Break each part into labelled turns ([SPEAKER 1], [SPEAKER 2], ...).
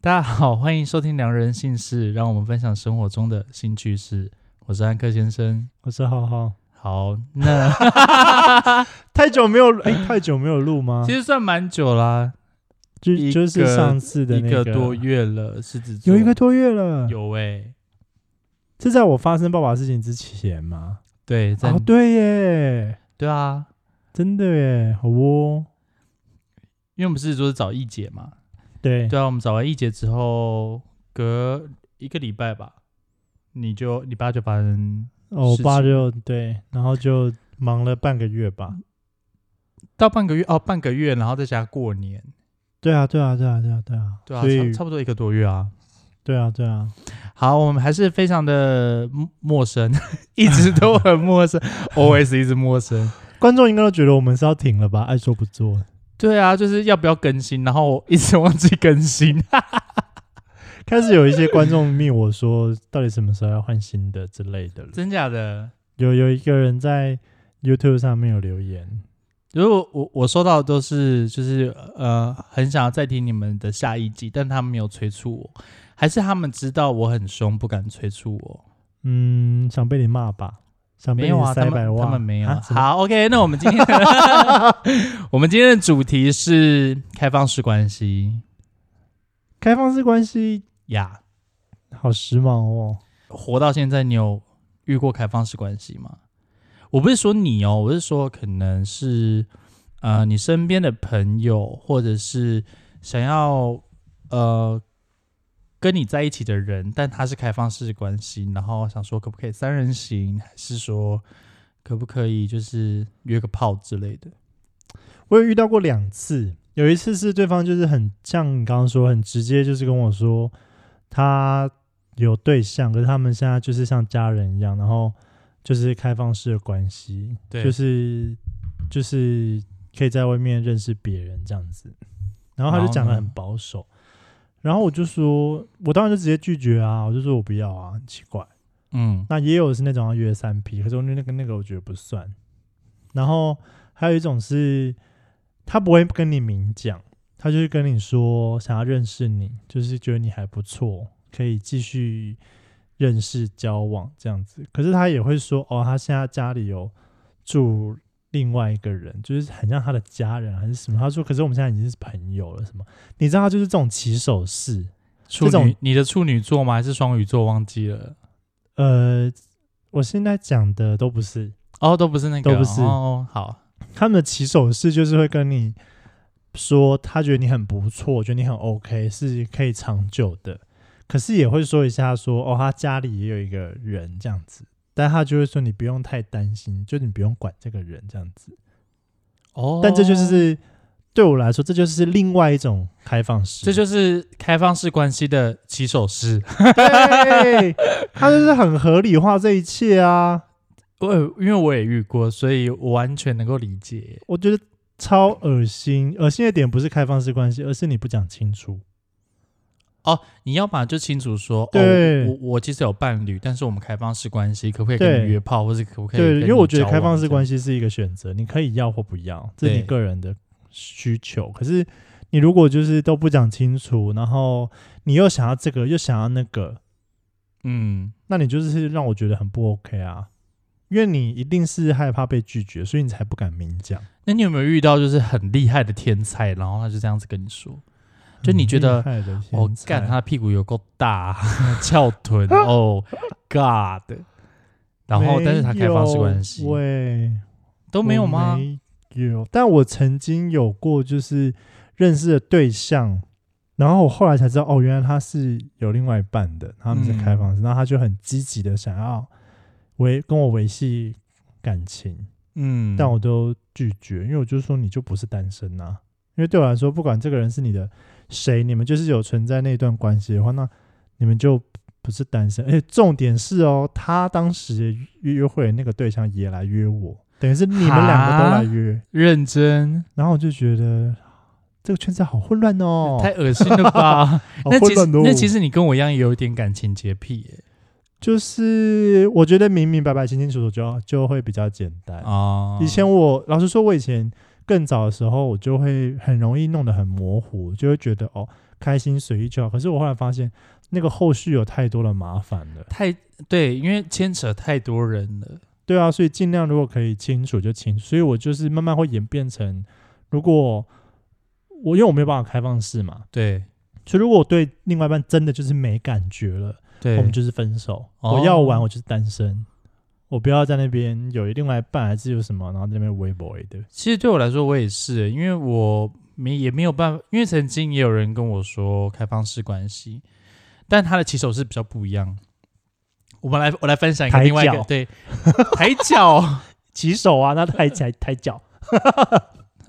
[SPEAKER 1] 大家好，欢迎收听《良人姓氏》，让我们分享生活中的新趣事。我是安克先生。
[SPEAKER 2] 我是浩浩，
[SPEAKER 1] 好， 那
[SPEAKER 2] 太久没有哎、太久没有录吗
[SPEAKER 1] 其？实算蛮久啦，
[SPEAKER 2] 就
[SPEAKER 1] 一
[SPEAKER 2] 就是
[SPEAKER 1] 个
[SPEAKER 2] 上次的
[SPEAKER 1] 一
[SPEAKER 2] 那个
[SPEAKER 1] 个多，月了。狮子座
[SPEAKER 2] 有一个多月了。
[SPEAKER 1] 有哎、
[SPEAKER 2] 是在我发生爸爸的事情之前吗？
[SPEAKER 1] 对，在、
[SPEAKER 2] 哦，对耶，
[SPEAKER 1] 对啊，
[SPEAKER 2] 真的耶，好哦，
[SPEAKER 1] 因为我们狮子座是找一姐嘛，
[SPEAKER 2] 对，
[SPEAKER 1] 对啊，我们找完一姐之后，隔一个礼拜吧，你就你爸就发生
[SPEAKER 2] 哦我
[SPEAKER 1] 事
[SPEAKER 2] 爸
[SPEAKER 1] 情
[SPEAKER 2] 就对，然后就忙了半个月吧。
[SPEAKER 1] 到半个月哦，半个月，然后在家过年，
[SPEAKER 2] 对啊，对啊，对啊，对啊，对啊，
[SPEAKER 1] 对啊，
[SPEAKER 2] 所以
[SPEAKER 1] 差差不多一个多月啊。
[SPEAKER 2] 对啊，对啊，
[SPEAKER 1] 好，我们还是非常的陌陌生，一直都很陌生，always 一直陌生。
[SPEAKER 2] 观众应该都觉得我们是要停了吧？爱说不做，
[SPEAKER 1] 对啊，就是要不要更新，然后我一直忘记更新。
[SPEAKER 2] 开始有一些观众密我说，到底什么时候要换新的之类的了。
[SPEAKER 1] 真假的？
[SPEAKER 2] 有有一个人在 YouTube 上面有留言，
[SPEAKER 1] 如果我我收到的都是就是呃很想要再听你们的下一季，但他们没有催促我，还是他们知道我很凶，不敢催促我？
[SPEAKER 2] 嗯，想被你骂吧？想
[SPEAKER 1] 没
[SPEAKER 2] 被
[SPEAKER 1] 有
[SPEAKER 2] 你
[SPEAKER 1] 啊，他
[SPEAKER 2] 塞百
[SPEAKER 1] 们
[SPEAKER 2] 万？
[SPEAKER 1] 他们没有。
[SPEAKER 2] 啊什么
[SPEAKER 1] 好，OK，那我们今天 我们今天的主题是开放式关系
[SPEAKER 2] 开放式关系
[SPEAKER 1] 呀。
[SPEAKER 2] 好时髦哦。
[SPEAKER 1] 活到现在，你有遇过开放式关系吗？我不是说你哦，我是说可能是呃你身边的朋友，或者是想要呃跟你在一起的人，但他是开放式关系，然后想说可不可以三人行，还是说可不可以就是约个炮之类的？
[SPEAKER 2] 我有遇到过两次，有一次是对方就是很像你刚刚说，很直接，就是跟我说他有对象，可是他们现在就是像家人一样，然后就是开放式的关系，
[SPEAKER 1] 对
[SPEAKER 2] 就是就是可以在外面认识别人这样子。然后他
[SPEAKER 1] 然
[SPEAKER 2] 就
[SPEAKER 1] 后
[SPEAKER 2] 讲的
[SPEAKER 1] 呢
[SPEAKER 2] 很保守，然后我就说，我当然就直接拒绝啊，我就说我不要啊，很奇怪。
[SPEAKER 1] 嗯，
[SPEAKER 2] 那也有是那种要约三 P，可是我那个那个我觉得不算。然后还有一种是，他不会跟你明讲，他就是跟你说想要认识你，就是觉得你还不错，可以继续认识交往这样子。可是他也会说，哦，他现在家里有住另外一个人，就是很像他的家人还是什么。他说，可是我们现在已经是朋友了，什么？你知道，他就是这种起手式，
[SPEAKER 1] 处
[SPEAKER 2] 这
[SPEAKER 1] 女
[SPEAKER 2] 种，
[SPEAKER 1] 你的处女座吗？还是双鱼座？忘记了。
[SPEAKER 2] 呃，我现在讲的都不是。
[SPEAKER 1] 哦，都不是那个，
[SPEAKER 2] 都不是
[SPEAKER 1] 哦，好，
[SPEAKER 2] 他们的起手式就是会跟你说，他觉得你很不错，觉得你很 OK，是可以长久的。可是也会说一下说，哦，他家里也有一个人这样子，但他就会说你不用太担心，就你不用管这个人这样子。
[SPEAKER 1] 哦，
[SPEAKER 2] 但这就是对我来说，这就是另外一种开放式，
[SPEAKER 1] 这 就是开放式关系的起手式。
[SPEAKER 2] 对，他就是很合理化这一切啊。
[SPEAKER 1] 我因为我也遇过，所以我完全能够理解。
[SPEAKER 2] 我觉得超恶心，恶心的点不是开放式关系，而是你不讲清楚。
[SPEAKER 1] 哦你要么就清楚说，
[SPEAKER 2] 对
[SPEAKER 1] 哦，我我其实有伴侣，但是我们开放式关系，可不可以
[SPEAKER 2] 对
[SPEAKER 1] 跟你约炮，或者可不可以？
[SPEAKER 2] 对，因为我觉得开放式关
[SPEAKER 1] 系，
[SPEAKER 2] 系是一个选择，你可以要或不要，这是你
[SPEAKER 1] 对
[SPEAKER 2] 个人的需求。可是你如果就是都不讲清楚，然后你又想要这个又想要那个，
[SPEAKER 1] 嗯，
[SPEAKER 2] 那你就是让我觉得很不 OK 啊。因为你一定是害怕被拒绝，所以你才不敢明讲。
[SPEAKER 1] 那你有没有遇到就是很厉害的天才，然后他就这样子跟你说，就你觉得
[SPEAKER 2] 很厉害的
[SPEAKER 1] 哦
[SPEAKER 2] 天，才
[SPEAKER 1] 干他的屁股有够大， 翘 臀，哦，God，然后但是他开放式关系
[SPEAKER 2] 没有喂，
[SPEAKER 1] 都没有吗
[SPEAKER 2] 我？没有，但我曾经有过，就是认识的对象，然后我后来才知道，哦，原来他是有另外一半的，他们
[SPEAKER 1] 嗯
[SPEAKER 2] 是开放式，然后他就很积极的想要维跟我维系感情，
[SPEAKER 1] 嗯，
[SPEAKER 2] 但我都拒绝，因为我就说你就不是单身呐、因为对我来说，不管这个人是你的谁，你们就是有存在那段关系的话，那你们就不是单身。而且重点是哦，他当时约约会的那个对象也来约我，等于是你们两个都来约，
[SPEAKER 1] 认真。
[SPEAKER 2] 然后我就觉得这个圈子好混乱哦，
[SPEAKER 1] 太恶心了 吧？
[SPEAKER 2] 好
[SPEAKER 1] 那
[SPEAKER 2] 混
[SPEAKER 1] 其实
[SPEAKER 2] 乱哦。
[SPEAKER 1] 那其实你跟我一样有一点感情洁癖耶、
[SPEAKER 2] 就是我觉得明明白白、清清楚楚就就会比较简单。
[SPEAKER 1] 啊、
[SPEAKER 2] 哎以前我老实说，我以前更早的时候，我就会很容易弄得很模糊，就会觉得哦，开心随意就好。可是我后来发现，那个后续有太多的麻烦了。
[SPEAKER 1] 太对，因为牵扯太多人了。
[SPEAKER 2] 对啊，所以尽量如果可以清楚就清楚。所以我就是慢慢会演变成，如果我因为我没有办法开放式嘛，
[SPEAKER 1] 对
[SPEAKER 2] 所以如果我对另外一半真的就是没感觉了，
[SPEAKER 1] 对，
[SPEAKER 2] 我们就是分手。
[SPEAKER 1] 哦
[SPEAKER 2] 我要玩，我就是单身，我不要在那边有另外一半还是有什么，然后在那边微博的。
[SPEAKER 1] 其实对我来说，我也是，因为我没也没有办法，因为曾经也有人跟我说开放式关系，但他的起手式比较不一样。我们来，我来分享一个
[SPEAKER 2] 抬
[SPEAKER 1] 另外一个
[SPEAKER 2] 脚
[SPEAKER 1] 对抬脚
[SPEAKER 2] 起手啊，那抬抬抬脚，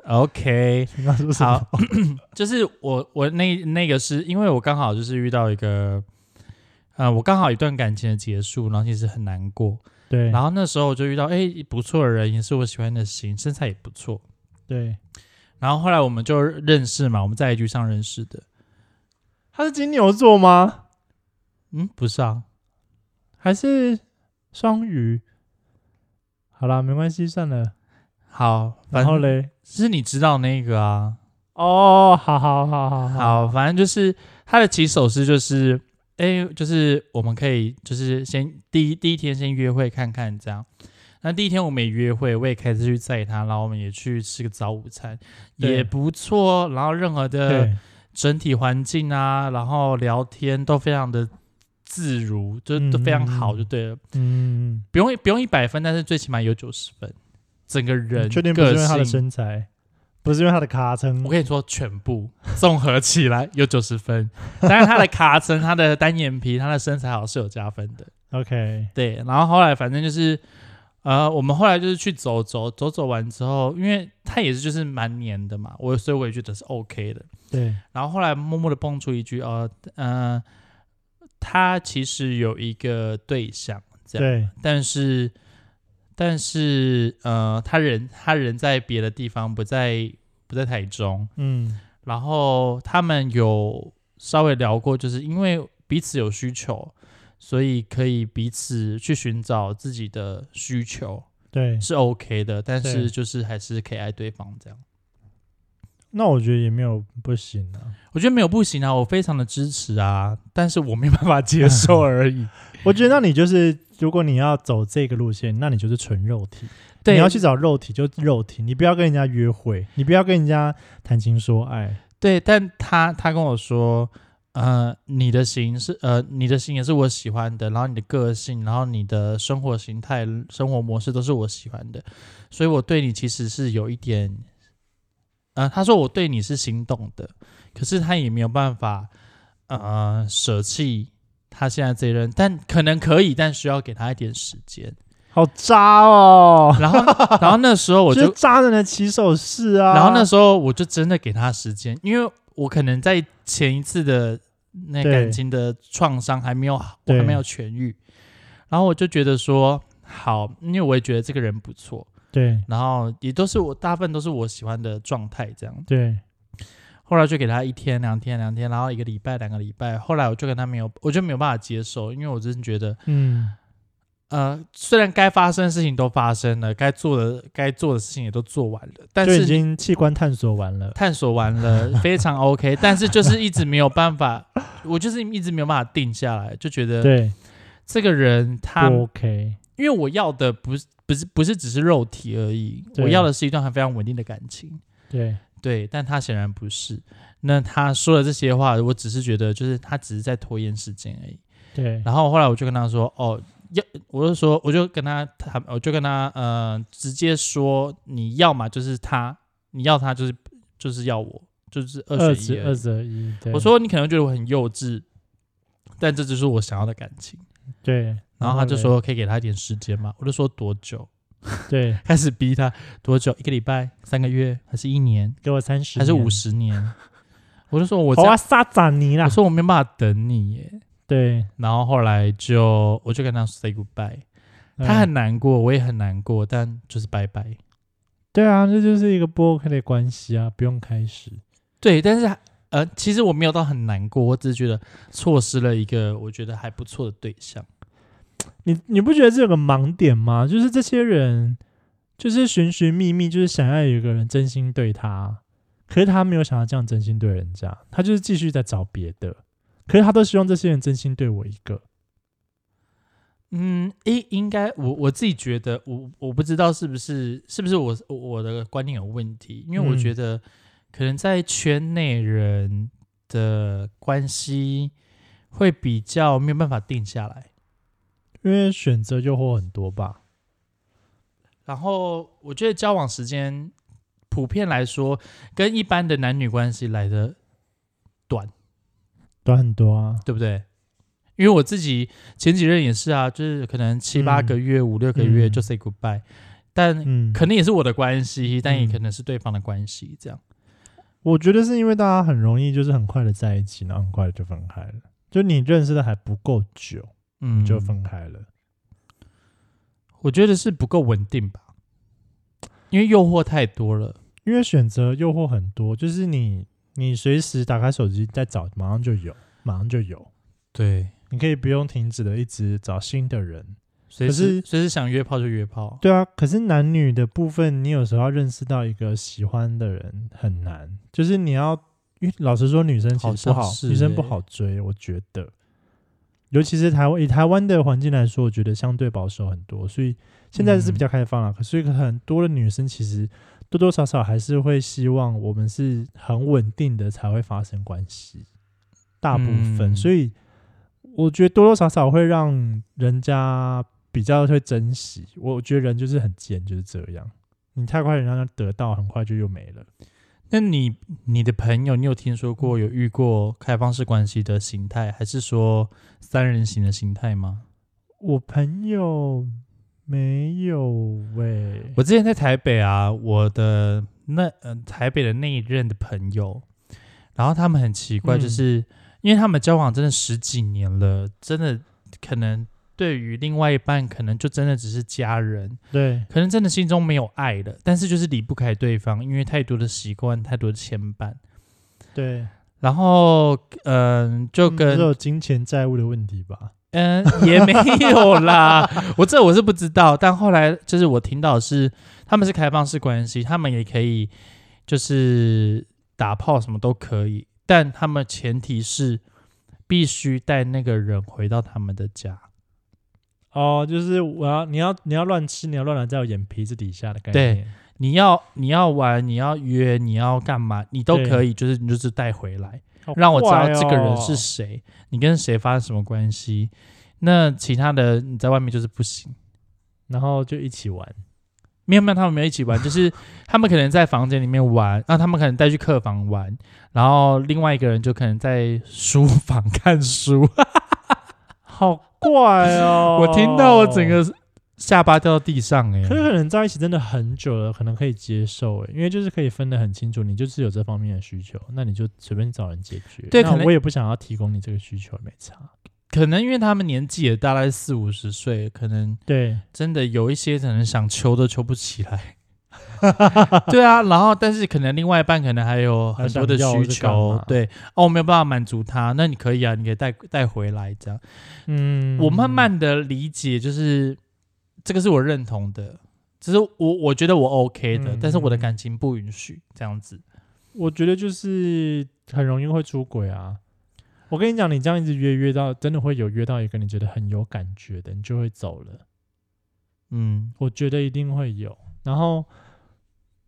[SPEAKER 1] ，OK，
[SPEAKER 2] 你刚说什么
[SPEAKER 1] 好？， 就是我我那那个是因为我刚好就是遇到一个，呃，我刚好一段感情的结束，然后其实很难过，
[SPEAKER 2] 对，
[SPEAKER 1] 然后那时候我就遇到哎、不错的人，也是我喜欢的型，身材也不错，
[SPEAKER 2] 对，
[SPEAKER 1] 然后后来我们就认识嘛，我们在 IG 上认识的，
[SPEAKER 2] 他是金牛座吗？
[SPEAKER 1] 嗯，不是啊，
[SPEAKER 2] 还是双鱼？好啦，没关系，算了。
[SPEAKER 1] 好，反
[SPEAKER 2] 然后
[SPEAKER 1] 正
[SPEAKER 2] 嘞，
[SPEAKER 1] 是你知道那个啊，
[SPEAKER 2] 哦，好好好好
[SPEAKER 1] 好，反正就是他的起手式就是，哎，就是我们可以就是先第一第一天先约会看看这样。那第一天我们也约会，我也开始去载他，然后我们也去吃个早午餐，
[SPEAKER 2] 对
[SPEAKER 1] 也不错。然后任何的
[SPEAKER 2] 对
[SPEAKER 1] 整体环境啊，然后聊天都非常的自如，就是都非常好，
[SPEAKER 2] 嗯
[SPEAKER 1] 就对了。
[SPEAKER 2] 嗯，
[SPEAKER 1] 不用不用一百分，但是最起码有九十分，整个人
[SPEAKER 2] 你嗯确定不
[SPEAKER 1] 个
[SPEAKER 2] 是因为他的
[SPEAKER 1] 性
[SPEAKER 2] 身材，不是因为他的卡称
[SPEAKER 1] 我跟你说，全部综合起来有九十分，但是他的卡层、他的单眼皮、他的身材好是有加分的。
[SPEAKER 2] ？OK，
[SPEAKER 1] 对，然后后来反正就是，呃，我们后来就是去走走走走完之后，因为他也是就是蛮黏的嘛，我所以我也觉得是 OK 的。
[SPEAKER 2] 对，
[SPEAKER 1] 然后后来默默的蹦出一句，呃呃，他其实有一个对象，这样，
[SPEAKER 2] 对，
[SPEAKER 1] 但是但是呃，他人他人在别的地方，不在不在台中。
[SPEAKER 2] 嗯，
[SPEAKER 1] 然后他们有稍微聊过，就是因为彼此有需求，所以可以彼此去寻找自己的需求
[SPEAKER 2] 对。
[SPEAKER 1] 是 OK 的，但
[SPEAKER 2] 对
[SPEAKER 1] 是就是还是可以爱对方这样。
[SPEAKER 2] 那我觉得也没有不行啊。
[SPEAKER 1] 我觉得没有不行啊，我非常的支持啊，但是我没办法接 受而已。
[SPEAKER 2] 我觉得那你就是，如果你要走这个路线，那你就是纯肉体。
[SPEAKER 1] 对，
[SPEAKER 2] 你要去找肉体就肉体，你不要跟人家约会，你不要跟人家谈情说爱。
[SPEAKER 1] 对，但他他跟我说，呃，你的型是呃，你的型也是我喜欢的，然后你的个性，然后你的生活形态、生活模式都是我喜欢的，所以我对你其实是有一点，呃，他说我对你是心动的，可是他也没有办法，呃，舍弃他现在这一任，但可能可以，但需要给他一点时间。
[SPEAKER 2] 好渣哦！
[SPEAKER 1] 然后，然后那时候我
[SPEAKER 2] 就是
[SPEAKER 1] 就
[SPEAKER 2] 渣男的起手式啊。
[SPEAKER 1] 然后那时候我就真的给他时间，因为我可能在前一次的那
[SPEAKER 2] 对
[SPEAKER 1] 感情的创伤还没有好，我还
[SPEAKER 2] 对
[SPEAKER 1] 没有痊愈，然后我就觉得说好，因为我也觉得这个人不错，
[SPEAKER 2] 对
[SPEAKER 1] 然后也都是我大部分都是我喜欢的状态这样。
[SPEAKER 2] 对
[SPEAKER 1] 后来就给他一天、两天、两天，然后一个礼拜、两个礼拜，后来我就跟他没有，我就没有办法接受，因为我真的觉得，
[SPEAKER 2] 嗯，
[SPEAKER 1] 呃，虽然该发生的事情都发生了，该做的该做的事情也都做完了，但
[SPEAKER 2] 就是已经器官探索完了。
[SPEAKER 1] 探索完 了，非常 OK，但是就是一直没有办法，我就是一直没有办法定下来，就觉得
[SPEAKER 2] 对，
[SPEAKER 1] 这个人
[SPEAKER 2] 不
[SPEAKER 1] 他，
[SPEAKER 2] OK。
[SPEAKER 1] 因为我要的不是不是不是只是肉体而已，
[SPEAKER 2] 对
[SPEAKER 1] 我要的是一段很非常稳定的感情，
[SPEAKER 2] 对
[SPEAKER 1] 对，但他显然不是。那他说的这些话，我只是觉得就是他只是在拖延时间而已。
[SPEAKER 2] 对
[SPEAKER 1] 然后后来我就跟他说，哦，要我就说，我就跟他谈，我就跟他呃直接说，你要嘛就是他，你要他就是就是要我，就是二
[SPEAKER 2] 二
[SPEAKER 1] 选一
[SPEAKER 2] 十
[SPEAKER 1] 而已。
[SPEAKER 2] 二择一。对
[SPEAKER 1] 我说你可能觉得我很幼稚，但这就是我想要的感情。
[SPEAKER 2] 对，
[SPEAKER 1] 然后他就
[SPEAKER 2] 嘞
[SPEAKER 1] 说可以给他一点时间嘛，我就说多久？
[SPEAKER 2] 对，
[SPEAKER 1] 开始逼他多久？一个礼拜、三个月，还是一年，
[SPEAKER 2] 给我三十
[SPEAKER 1] 还是五？十 年？我就说我
[SPEAKER 2] 好
[SPEAKER 1] 在，
[SPEAKER 2] 啊，沙扎尼啦
[SPEAKER 1] 我。说我没办法等你耶。
[SPEAKER 2] 对，
[SPEAKER 1] 然后后来就我就跟他 say goodbye，他
[SPEAKER 2] 嗯
[SPEAKER 1] 很难过，我也很难过，但就是拜拜。
[SPEAKER 2] 对啊，这就是一个不 OK 的关系啊，不用开始。
[SPEAKER 1] 对，但是呃，其实我没有到很难过，我只是觉得错失了一个我觉得还不错的对象。
[SPEAKER 2] 你你不觉得这有个盲点吗？就是这些人就是寻寻觅觅，就是想要有一个人真心对他，可是他没有想要这样真心对人家，他就是继续在找别的。可是他都希望这些人真心对我一个，
[SPEAKER 1] 嗯，应应该我我自己觉得，我我不知道是不是是不是我我的观念有问题，因为我
[SPEAKER 2] 嗯
[SPEAKER 1] 觉得可能在圈内人的关系会比较没有办法定下来。
[SPEAKER 2] 因为选择诱惑很多吧。
[SPEAKER 1] 然后我觉得交往时间普遍来说，跟一般的男女关系来的短，
[SPEAKER 2] 短很多啊，
[SPEAKER 1] 对不对？因为我自己前几任也是啊，就是可能七八
[SPEAKER 2] 嗯
[SPEAKER 1] 个月、五六个月
[SPEAKER 2] 嗯
[SPEAKER 1] 就 say goodbye，、但
[SPEAKER 2] 嗯，
[SPEAKER 1] 可能也是我的关系，但也
[SPEAKER 2] 嗯
[SPEAKER 1] 可能是对方的关系，这样。
[SPEAKER 2] 我觉得是因为大家很容易就是很快的在一起，然后很快的就分开了。就你认识的还不够久，
[SPEAKER 1] 嗯，
[SPEAKER 2] 就分开了。
[SPEAKER 1] 我觉得是不够稳定吧，因为诱惑太多了。
[SPEAKER 2] 因为选择诱惑很多，就是你你随时打开手机再找，马上就有，马上就有。
[SPEAKER 1] 对，
[SPEAKER 2] 你可以不用停止的一直找新的人。
[SPEAKER 1] 随
[SPEAKER 2] 可
[SPEAKER 1] 时
[SPEAKER 2] 是
[SPEAKER 1] 随时想约炮就约炮。
[SPEAKER 2] 对啊，可是男女的部分，你有时候要认识到一个喜欢的人很难，就是你要，因为老实说，女生其实不
[SPEAKER 1] 好
[SPEAKER 2] 好，
[SPEAKER 1] 像是
[SPEAKER 2] 女生不
[SPEAKER 1] 欸
[SPEAKER 2] 好追，我觉得。尤其是台湾，以台湾的环境来说，我觉得相对保守很多，所以现在是比较开放了。可是很多的女生其实多多少少还是会希望我们是很稳定的才会发生关系，大部分，
[SPEAKER 1] 嗯
[SPEAKER 2] 所以我觉得多多少少会让人家比较会珍惜。我觉得人就是很贱，就是这样，你太快人家得到，很快就又没了。
[SPEAKER 1] 那你你的朋友，你有听说过有遇过开放式关系的形态，还是说三人行的形态吗？
[SPEAKER 2] 我朋友没有欸喂、
[SPEAKER 1] 我之前在台北啊，我的那呃台北的那一任的朋友，然后他们很奇怪，
[SPEAKER 2] 嗯
[SPEAKER 1] 就是、因为他们交往真的十几年了，真的可能对于另外一半，可能就真的只是家人，
[SPEAKER 2] 对，
[SPEAKER 1] 可能真的心中没有爱了，但是就是离不开对方，因为太多的习惯，太多的牵绊。
[SPEAKER 2] 对，
[SPEAKER 1] 然后，嗯、就
[SPEAKER 2] 嗯只
[SPEAKER 1] 跟
[SPEAKER 2] 有金钱债务的问题吧。
[SPEAKER 1] 嗯、也没有啦， 我这我是不知道。但后来就是我听到的是他们是开放式关系，他们也可以就是打炮什么都可以，但他们前提是必须带那个人回到他们的家。
[SPEAKER 2] 哦，就是我要你要你要乱吃，你要乱来，在我眼皮子底下的概念。
[SPEAKER 1] 你要你要玩，你要约，你要干嘛，你都
[SPEAKER 2] 对
[SPEAKER 1] 可以，就是你就是带回来。
[SPEAKER 2] 好
[SPEAKER 1] 让我知道这个
[SPEAKER 2] 怪
[SPEAKER 1] 人
[SPEAKER 2] 哦
[SPEAKER 1] 是谁，你跟谁发生什么关系。那其他的你在外面就是不行。
[SPEAKER 2] 然后就一起玩。
[SPEAKER 1] 没有没有，他们没有一起玩，就是 他们可能在房间里面玩，那他们可能带去客房玩，然后另外一个人就可能在书房看书。
[SPEAKER 2] 好怪 哦！
[SPEAKER 1] 我听到我整，个下巴掉到地上哎、
[SPEAKER 2] 可是可能在一起真的很久了，可能可以接受诶，因为就是可以分得很清楚，你就是有这方面的需求，那你就随便找人解决。
[SPEAKER 1] 对
[SPEAKER 2] 那
[SPEAKER 1] 可能
[SPEAKER 2] 我也不想要提供你这个需求，没差。
[SPEAKER 1] 可能因为他们年纪也大概四五十岁，可能
[SPEAKER 2] 对，
[SPEAKER 1] 真的有一些可能想求都求不起 来。对啊，然后但是可能另外一半可能还有很多的
[SPEAKER 2] 还想要
[SPEAKER 1] 需
[SPEAKER 2] 是干
[SPEAKER 1] 求
[SPEAKER 2] 嘛，
[SPEAKER 1] 对哦，我没有办法满足他，那你可以啊，你可以带带回来这样。
[SPEAKER 2] 嗯，
[SPEAKER 1] 我慢慢的理解，就是这个是我认同的，只是我我觉得我 OK 的，
[SPEAKER 2] 嗯
[SPEAKER 1] 但是我的感情不允许这样子。
[SPEAKER 2] 我觉得就是很容易会出轨啊。我跟你讲，你这样一直约约到，真的会有约到一个你觉得很有感觉的，你就会走了。
[SPEAKER 1] 嗯，
[SPEAKER 2] 我觉得一定会有。然后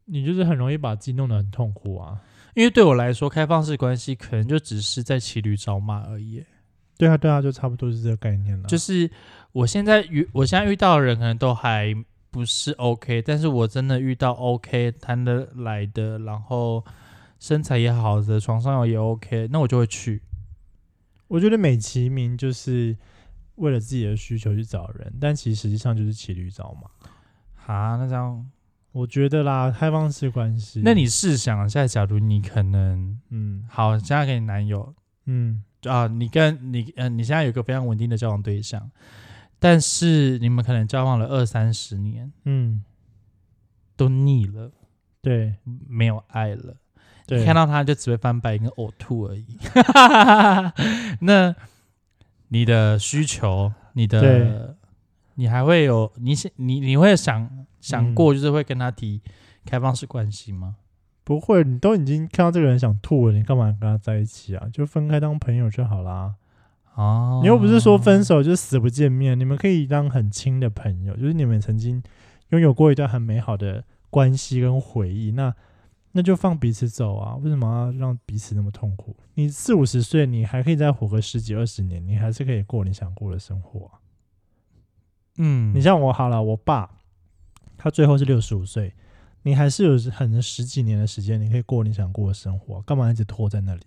[SPEAKER 2] 你就是很容易把自己弄得很痛苦啊。
[SPEAKER 1] 因为对我来说，开放式关系可能就只是在骑驴找马而已。
[SPEAKER 2] 对啊，对啊，就差不多是这个概念了。
[SPEAKER 1] 就是我现在遇我现在遇到的人，可能都还不是 OK，但是我真的遇到 OK 谈得来的，然后身材也好的，床上也 OK，那我就会去。
[SPEAKER 2] 我觉得美其名就是为了自己的需求去找人，但其实实际上就是骑驴找马。
[SPEAKER 1] 哈，那这样，
[SPEAKER 2] 我觉得啦，开放式关系，
[SPEAKER 1] 那你试想一下，假如你可能
[SPEAKER 2] 嗯
[SPEAKER 1] 好，现在给你男友
[SPEAKER 2] 嗯，
[SPEAKER 1] 啊，你跟你呃，你现在有个非常稳定的交往对象，但是你们可能交往了二三十年，
[SPEAKER 2] 嗯，
[SPEAKER 1] 都腻了，
[SPEAKER 2] 对
[SPEAKER 1] 没有爱了。
[SPEAKER 2] 对，
[SPEAKER 1] 看到他就只会翻白眼跟呕吐而已。 那你的需求，你
[SPEAKER 2] 对
[SPEAKER 1] 的，你还会有
[SPEAKER 2] 嗯
[SPEAKER 1] 你想你你会想想过，就是会跟他提开放式关系吗？
[SPEAKER 2] 不会，你都已经看到这个人想吐了，你干嘛跟他在一起啊？就分开当朋友就好啦。
[SPEAKER 1] 哦，
[SPEAKER 2] 你又不是说分手就死不见面，你们可以当很亲的朋友，就是你们曾经拥有过一段很美好的关系跟回忆，那那就放彼此走啊，为什么要让彼此那么痛苦？你四五十岁，你还可以再活个十几二十年，你还是可以过你想过的生活啊、
[SPEAKER 1] 嗯，
[SPEAKER 2] 你像我好了，我爸他最后是六十五岁，你还是有很十几年的时间，你可以过你想过的生活，啊干嘛一直拖在那里？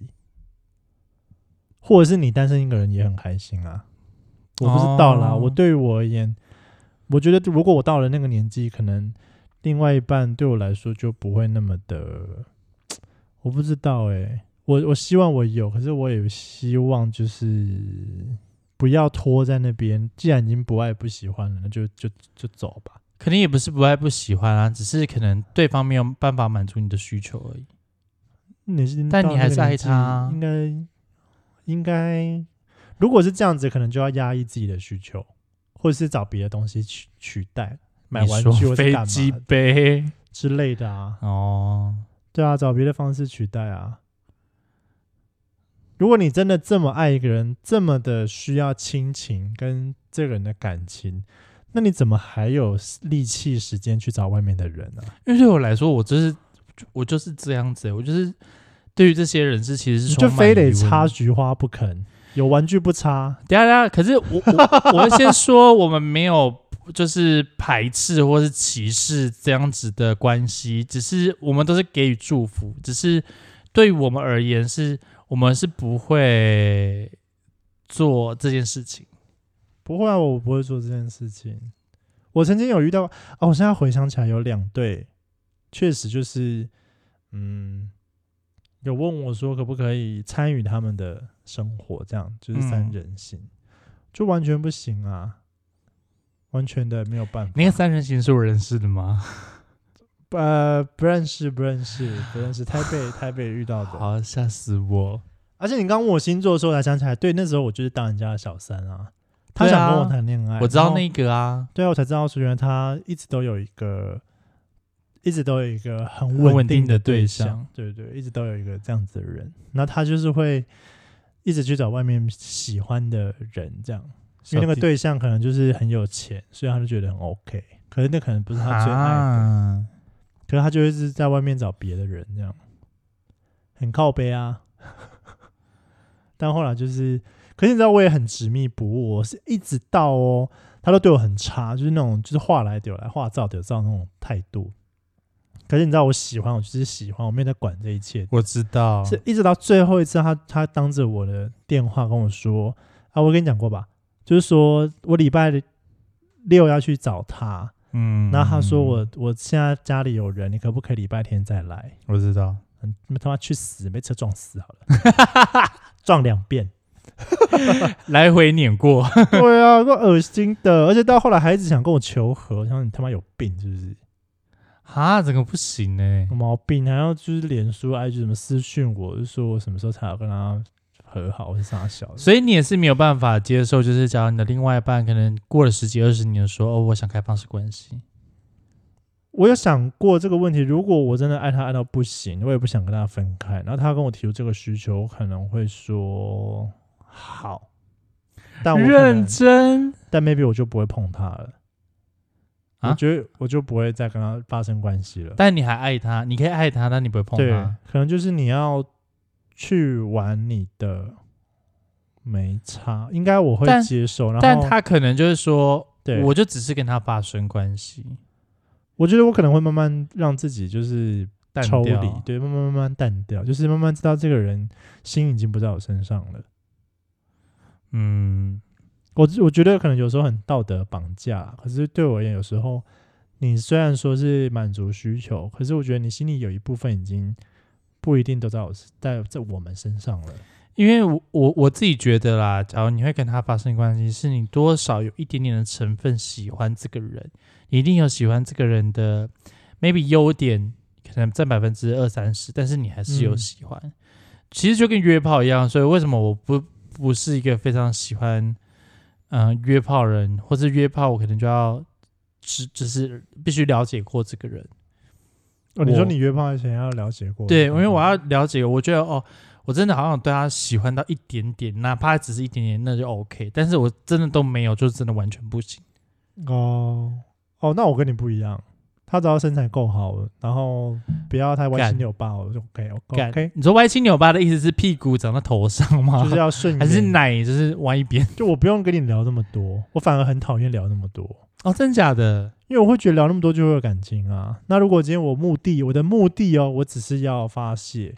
[SPEAKER 2] 或者是你单身一个人也很开心啊？我不知道啦，
[SPEAKER 1] 哦
[SPEAKER 2] 我对于我而言，我觉得如果我到了那个年纪，可能另外一半对我来说就不会那么的，我不知道诶、我我希望我有，可是我也希望就是不要拖在那边。既然已经不爱不喜欢了，那就就就走吧。
[SPEAKER 1] 肯定也不是不爱不喜欢啊，只是可能对方没有办法满足你的需求而已。
[SPEAKER 2] 你是
[SPEAKER 1] 但
[SPEAKER 2] 到
[SPEAKER 1] 你
[SPEAKER 2] 那
[SPEAKER 1] 还
[SPEAKER 2] 个
[SPEAKER 1] 是爱
[SPEAKER 2] 年纪
[SPEAKER 1] 他啊
[SPEAKER 2] 应该应该，如果是这样子，可能就要压抑自己的需求，或者是找别的东西取取代，买玩
[SPEAKER 1] 你
[SPEAKER 2] 具
[SPEAKER 1] 说
[SPEAKER 2] 或者
[SPEAKER 1] 飞
[SPEAKER 2] 干
[SPEAKER 1] 机
[SPEAKER 2] 嘛
[SPEAKER 1] 杯
[SPEAKER 2] 之类的啊。
[SPEAKER 1] 哦，
[SPEAKER 2] 对啊，找别的方式取代啊。如果你真的这么爱一个人，这么的需要亲情跟这个人的感情，那你怎么还有力气、时间去找外面的人呢、
[SPEAKER 1] 因为对我来说，我就是我就是这样子欸、我就是对于这些人是其实
[SPEAKER 2] 你
[SPEAKER 1] 是
[SPEAKER 2] 就
[SPEAKER 1] 充满
[SPEAKER 2] 非得
[SPEAKER 1] 疑问
[SPEAKER 2] 插菊花不肯，有玩具不插，
[SPEAKER 1] 等一下，等一下，啊可是我我我们先说，我 们没有就是排斥或是歧视这样子的关系，只是我们都是给予祝福，只是对于我们而言是，我们是不会做这件事情。
[SPEAKER 2] 不会啊，我不会做这件事情。我曾经有遇到哦，我现在回想起来有两对，确实就是，嗯，有问我说可不可以参与他们的生活，这样就是三
[SPEAKER 1] 嗯
[SPEAKER 2] 人行，就完全不行啊，完全的没有办法。
[SPEAKER 1] 那个三人行是我认识的吗？
[SPEAKER 2] 呃，不认识，不认识，不认识，台 北台北遇到的。
[SPEAKER 1] 好，吓死我！
[SPEAKER 2] 而且你刚问我星座的时候，我才想起来，对，那时候我就是当人家的小三啊，他
[SPEAKER 1] 对
[SPEAKER 2] 想跟
[SPEAKER 1] 啊
[SPEAKER 2] 我谈恋爱，
[SPEAKER 1] 我知道
[SPEAKER 2] 那。
[SPEAKER 1] 那个啊，
[SPEAKER 2] 对啊，我才知道说原来他一直都有一个，一直都有一个很
[SPEAKER 1] 很稳定
[SPEAKER 2] 定
[SPEAKER 1] 的对
[SPEAKER 2] 对
[SPEAKER 1] 象
[SPEAKER 2] 对对，一直都有一个这样子的人。那他就是会一直去找外面喜欢的人，这样，因为那
[SPEAKER 1] 小
[SPEAKER 2] 个
[SPEAKER 1] 弟
[SPEAKER 2] 对象可能就是很有钱，所以他就觉得很 OK。可是那可能不是他最爱的，
[SPEAKER 1] 啊，
[SPEAKER 2] 可是他就一直在外面找别的人，这样很靠背啊。 但后来就是，可是你知道，我也很执迷不悟，我是一直到哦，他都对我很差，就是那种就是话来丢来，话照丢照那种态度。可是你知道，我喜欢，我就是喜欢，我没有在管这一切。
[SPEAKER 1] 我知道，
[SPEAKER 2] 是一直到最后一次他，他当着我的电话跟我说：“啊，我跟你讲过吧，就是说我礼拜六要去找他，
[SPEAKER 1] 嗯
[SPEAKER 2] 然后他说我我现在家里有人，你可不可以礼拜天再来？
[SPEAKER 1] 我知道，
[SPEAKER 2] 嗯，你们他妈去死，被车撞死好了， 撞两遍。
[SPEAKER 1] 来回碾过，
[SPEAKER 2] 对啊，够恶心的，而且到后来还一直想跟我求和，我想你他妈有病是不是？
[SPEAKER 1] 啊，整个不行呢、
[SPEAKER 2] 有毛病，还要就是脸书、IG 什么私讯我，就说我什么时候才要跟他和好，我是傻小的。
[SPEAKER 1] 所以你也是没有办法接受，就是假如你的另外一半可能过了十几二十年说，哦，我想开放式关系，
[SPEAKER 2] 我有想过这个问题，如果我真的爱他爱到不行，我也不想跟他分开，然后他跟我提出这个需求，我可能会说好，但我可能
[SPEAKER 1] 认真
[SPEAKER 2] 但 maybe 我就不会碰他了。
[SPEAKER 1] 啊
[SPEAKER 2] 我觉得我就不会再跟他发生关系了。
[SPEAKER 1] 但你还爱他，你可以爱他，但你不会碰
[SPEAKER 2] 对
[SPEAKER 1] 他。，
[SPEAKER 2] 可能就是你要去玩你的，没差，应该我会
[SPEAKER 1] 但
[SPEAKER 2] 接受。然后，
[SPEAKER 1] 但他可能就是说，
[SPEAKER 2] 对
[SPEAKER 1] 我就只是跟他发生关系，
[SPEAKER 2] 我觉得我可能会慢慢让自己就是
[SPEAKER 1] 淡
[SPEAKER 2] 抽
[SPEAKER 1] 掉
[SPEAKER 2] 离，对，慢慢慢慢淡掉，就是慢慢知道这个人心已经不在我身上了。
[SPEAKER 1] 嗯，
[SPEAKER 2] 我我觉得可能有时候很道德绑架，可是对我而言，有时候你虽然说是满足需求，可是我觉得你心里有一部分已经不一定都在我在在我们身上了。
[SPEAKER 1] 因为我我我自己觉得啦，假如你会跟他发生关系，是你多少有一点点的成分喜欢这个人，你一定有喜欢这个人的 maybe 优点，可能占百分之二三十，但是你还是有
[SPEAKER 2] 嗯
[SPEAKER 1] 喜欢。其实就跟约炮一样，所以为什么我不不是一个非常喜欢嗯、呃约炮人，或是约炮我可能就要只只是必须了解过这个人，
[SPEAKER 2] 哦，你
[SPEAKER 1] 我
[SPEAKER 2] 说你约炮前要了解过？
[SPEAKER 1] 对，因为我要了解，我觉得哦，我真的好像对他喜欢到一点点，哪怕只是一点点，那就 OK。但是我真的都没有，就是真的完全不行。
[SPEAKER 2] 哦哦，那我跟你不一样，他只要身材够好，然后不要太歪七
[SPEAKER 1] 干
[SPEAKER 2] 扭八，我就 OK 我
[SPEAKER 1] 干
[SPEAKER 2] OK，
[SPEAKER 1] 你说歪七扭八的意思是屁股长到头上吗？
[SPEAKER 2] 就是要顺 眼，
[SPEAKER 1] 还是奶就是歪一边？
[SPEAKER 2] 就我不用跟你聊那么多，我反而很讨厌聊那么多，
[SPEAKER 1] 哦，真的假的？
[SPEAKER 2] 因为我会觉得聊那么多就会有感情啊。那如果今天我目的，我的目的哦，我只是要发泄，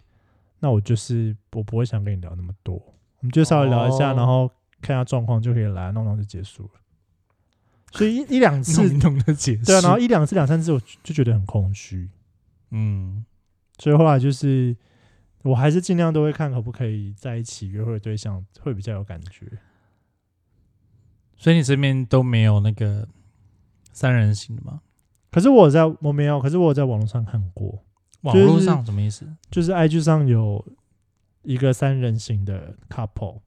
[SPEAKER 2] 那我就是我不会想跟你聊那么多，我们就稍微聊一下，
[SPEAKER 1] 哦
[SPEAKER 2] 然后看下状况就可以来弄弄就结束了。所以 一一两次，
[SPEAKER 1] 是懂的解释。
[SPEAKER 2] 对啊，然后一两次、两三次，我就就觉得很空虚。
[SPEAKER 1] 嗯，
[SPEAKER 2] 所以后来就是，我还是尽量都会看可不可以在一起约会的对象会比较有感觉。
[SPEAKER 1] 所以你身边都没有那个三人行的吗？
[SPEAKER 2] 可是我有在我没有，可是我有在网络上看过，
[SPEAKER 1] 网
[SPEAKER 2] 就是
[SPEAKER 1] 络上什么意思？
[SPEAKER 2] 就是 IG 上有一个三人行的 couple，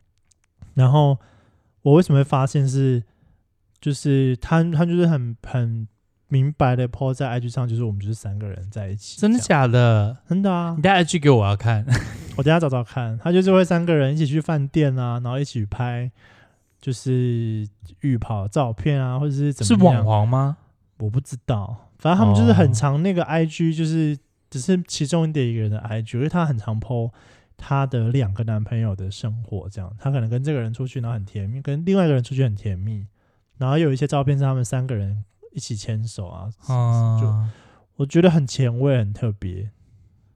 [SPEAKER 2] 然后我为什么会发现是，就是他他就是很很明白的 po 在 IG 上，就是我们就是三个人在一起，
[SPEAKER 1] 真的
[SPEAKER 2] 这样？
[SPEAKER 1] 假的？
[SPEAKER 2] 真的啊
[SPEAKER 1] 你，带 IG 给我，我要看。
[SPEAKER 2] 我等一下找找看，他就是会三个人一起去饭店啊，然后一起拍，就是浴袍照片啊，或者是
[SPEAKER 1] 是
[SPEAKER 2] 怎么样？
[SPEAKER 1] 网黄吗？
[SPEAKER 2] 我不知道，反正他们就是很
[SPEAKER 1] 哦
[SPEAKER 2] 常那个 IG，就是只是其中的一个人的 IG，因为他很常 PO 她的两个男朋友的生活，这样，她可能跟这个人出去，然后很甜蜜，跟另外一个人出去很甜蜜，然后有一些照片是他们三个人一起牵手啊，就
[SPEAKER 1] 嗯，
[SPEAKER 2] 我觉得很前卫，很特别，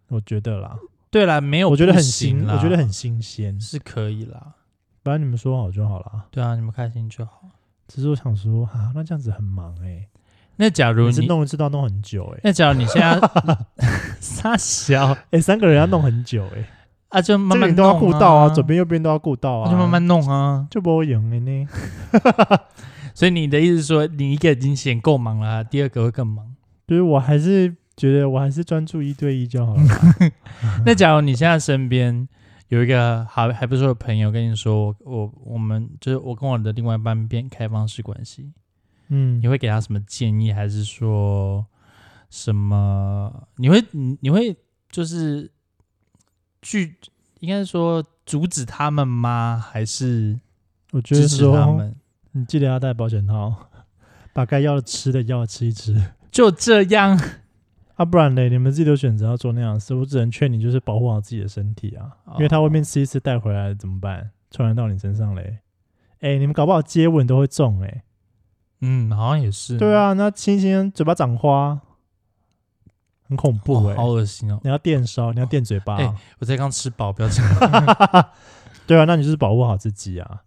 [SPEAKER 2] 我觉得啦，
[SPEAKER 1] 对啦，没有，
[SPEAKER 2] 我觉得很
[SPEAKER 1] 行
[SPEAKER 2] 新，
[SPEAKER 1] 啦，
[SPEAKER 2] 我觉得很新鲜，
[SPEAKER 1] 是可以啦。
[SPEAKER 2] 反正你们说好就好啦。
[SPEAKER 1] 对啊，你们开心就好。
[SPEAKER 2] 只是我想说啊，那这样子很忙哎、
[SPEAKER 1] 那假
[SPEAKER 2] 欸，
[SPEAKER 1] 如
[SPEAKER 2] 每次
[SPEAKER 1] 你，
[SPEAKER 2] 弄一次都要弄很久 哎、欸，
[SPEAKER 1] 那假如你现 在傻小
[SPEAKER 2] 哎、三个人要弄很久哎、欸，
[SPEAKER 1] 啊，就慢
[SPEAKER 2] 这
[SPEAKER 1] 慢
[SPEAKER 2] 里都要顾
[SPEAKER 1] 弄
[SPEAKER 2] 到啊，左边右边都要顾到
[SPEAKER 1] 那
[SPEAKER 2] 啊，
[SPEAKER 1] 就慢慢弄啊。
[SPEAKER 2] 就不会赢的呢。
[SPEAKER 1] 所以你的意思是说，你一个已经嫌够忙了，啊第二个会更 忙。
[SPEAKER 2] 就是我还是觉得我还是专注一对一就好了。
[SPEAKER 1] 那假如你现在身边有一个还还不错的朋友跟你说，我我我们就是我跟我的另外一半变开放式关系，
[SPEAKER 2] 嗯
[SPEAKER 1] 你，会给他什么建议，还是说什么？你会你你会就是拒，应该说阻止他们吗？还是
[SPEAKER 2] 我觉得
[SPEAKER 1] 支持他
[SPEAKER 2] 说
[SPEAKER 1] 们？
[SPEAKER 2] 你记得要带保险套，把该要吃的药吃一吃
[SPEAKER 1] 就这样，
[SPEAKER 2] 啊，不然嘞，你们自己都选择要做那样的事，我只能劝你就是保护好自己的身体啊，
[SPEAKER 1] 哦
[SPEAKER 2] 因为他外面吃一次带回来怎么办？传染到你身上嘞。哎、你们搞不好接吻都会中哎、
[SPEAKER 1] 嗯，好像也是，
[SPEAKER 2] 对，啊，那亲亲嘴巴长花，很恐怖哎、
[SPEAKER 1] 好恶心哦！
[SPEAKER 2] 你要电烧，你要电嘴巴、
[SPEAKER 1] 哎我才刚吃饱，不要这样。
[SPEAKER 2] 对啊，那你就是保护好自己啊。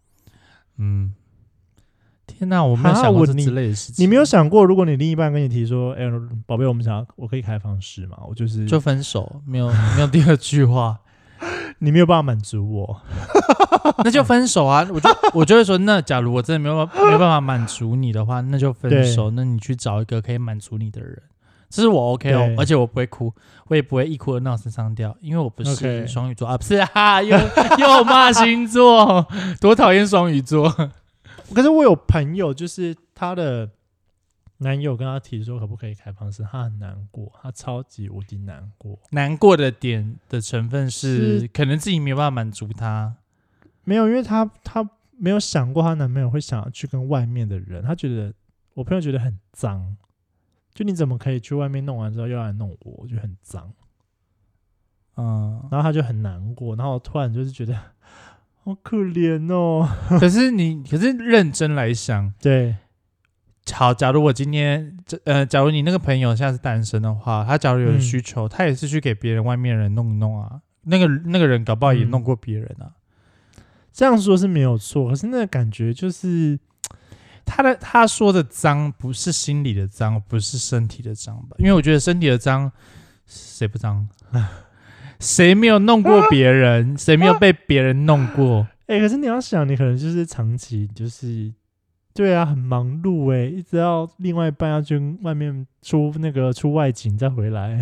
[SPEAKER 1] 嗯，天哪，我没有
[SPEAKER 2] 哈
[SPEAKER 1] 想过
[SPEAKER 2] 我
[SPEAKER 1] 这
[SPEAKER 2] 你
[SPEAKER 1] 之类的事情。
[SPEAKER 2] 你没有想过，如果你另一半跟你提说：“哎、宝贝，我们想要，我可以开放式嘛？”我就是
[SPEAKER 1] 就分手，没有没有第二句话，
[SPEAKER 2] 你没有办法满足我，
[SPEAKER 1] 那就分手啊！我就 我就会说，那假如我真的没有办法没有办法满足你的话，那就分手。那你去找一个可以满足你的人，这是我 OK 哦
[SPEAKER 2] 对，
[SPEAKER 1] 而且我不会哭，我也不会一哭二闹三上吊，因为我不是
[SPEAKER 2] OK
[SPEAKER 1] 双鱼座啊，不是啊，又 又骂星座，多讨厌双鱼座。
[SPEAKER 2] 可是我有朋友，就是她的男友跟她提说可不可以开放式，她很难过，她超级无敌难过。
[SPEAKER 1] 难过的点的成分是，
[SPEAKER 2] 是
[SPEAKER 1] 可能自己没有办法满足他。
[SPEAKER 2] 没有，因为她她没有想过她男朋友会想要去跟外面的人，她觉得我朋友觉得很脏，就你怎么可以去外面弄完之后又来弄我，我觉得很脏。
[SPEAKER 1] 嗯，
[SPEAKER 2] 然后他就很难过，然后我突然就是觉得好可怜哦。
[SPEAKER 1] 可是你，可是认真来想，
[SPEAKER 2] 对，
[SPEAKER 1] 好，假如我今天，这呃，假如你那个朋友现在是单身的话，他假如有
[SPEAKER 2] 嗯
[SPEAKER 1] 需求，他也是去给别人、外面人弄一弄啊。那个那个人搞不好也
[SPEAKER 2] 嗯
[SPEAKER 1] 弄过别人啊。
[SPEAKER 2] 这样说是没有错，可是那个感觉就是
[SPEAKER 1] 他的他说的脏不是心里的脏，不是身体的脏吧？因为我觉得身体的脏，谁不脏？谁没有弄过别人？谁没有被别人弄过？
[SPEAKER 2] 哎、可是你要想，你可能就是长期就是对啊，很忙碌哎、一直要另外一半要去外面出那个出外景再回来，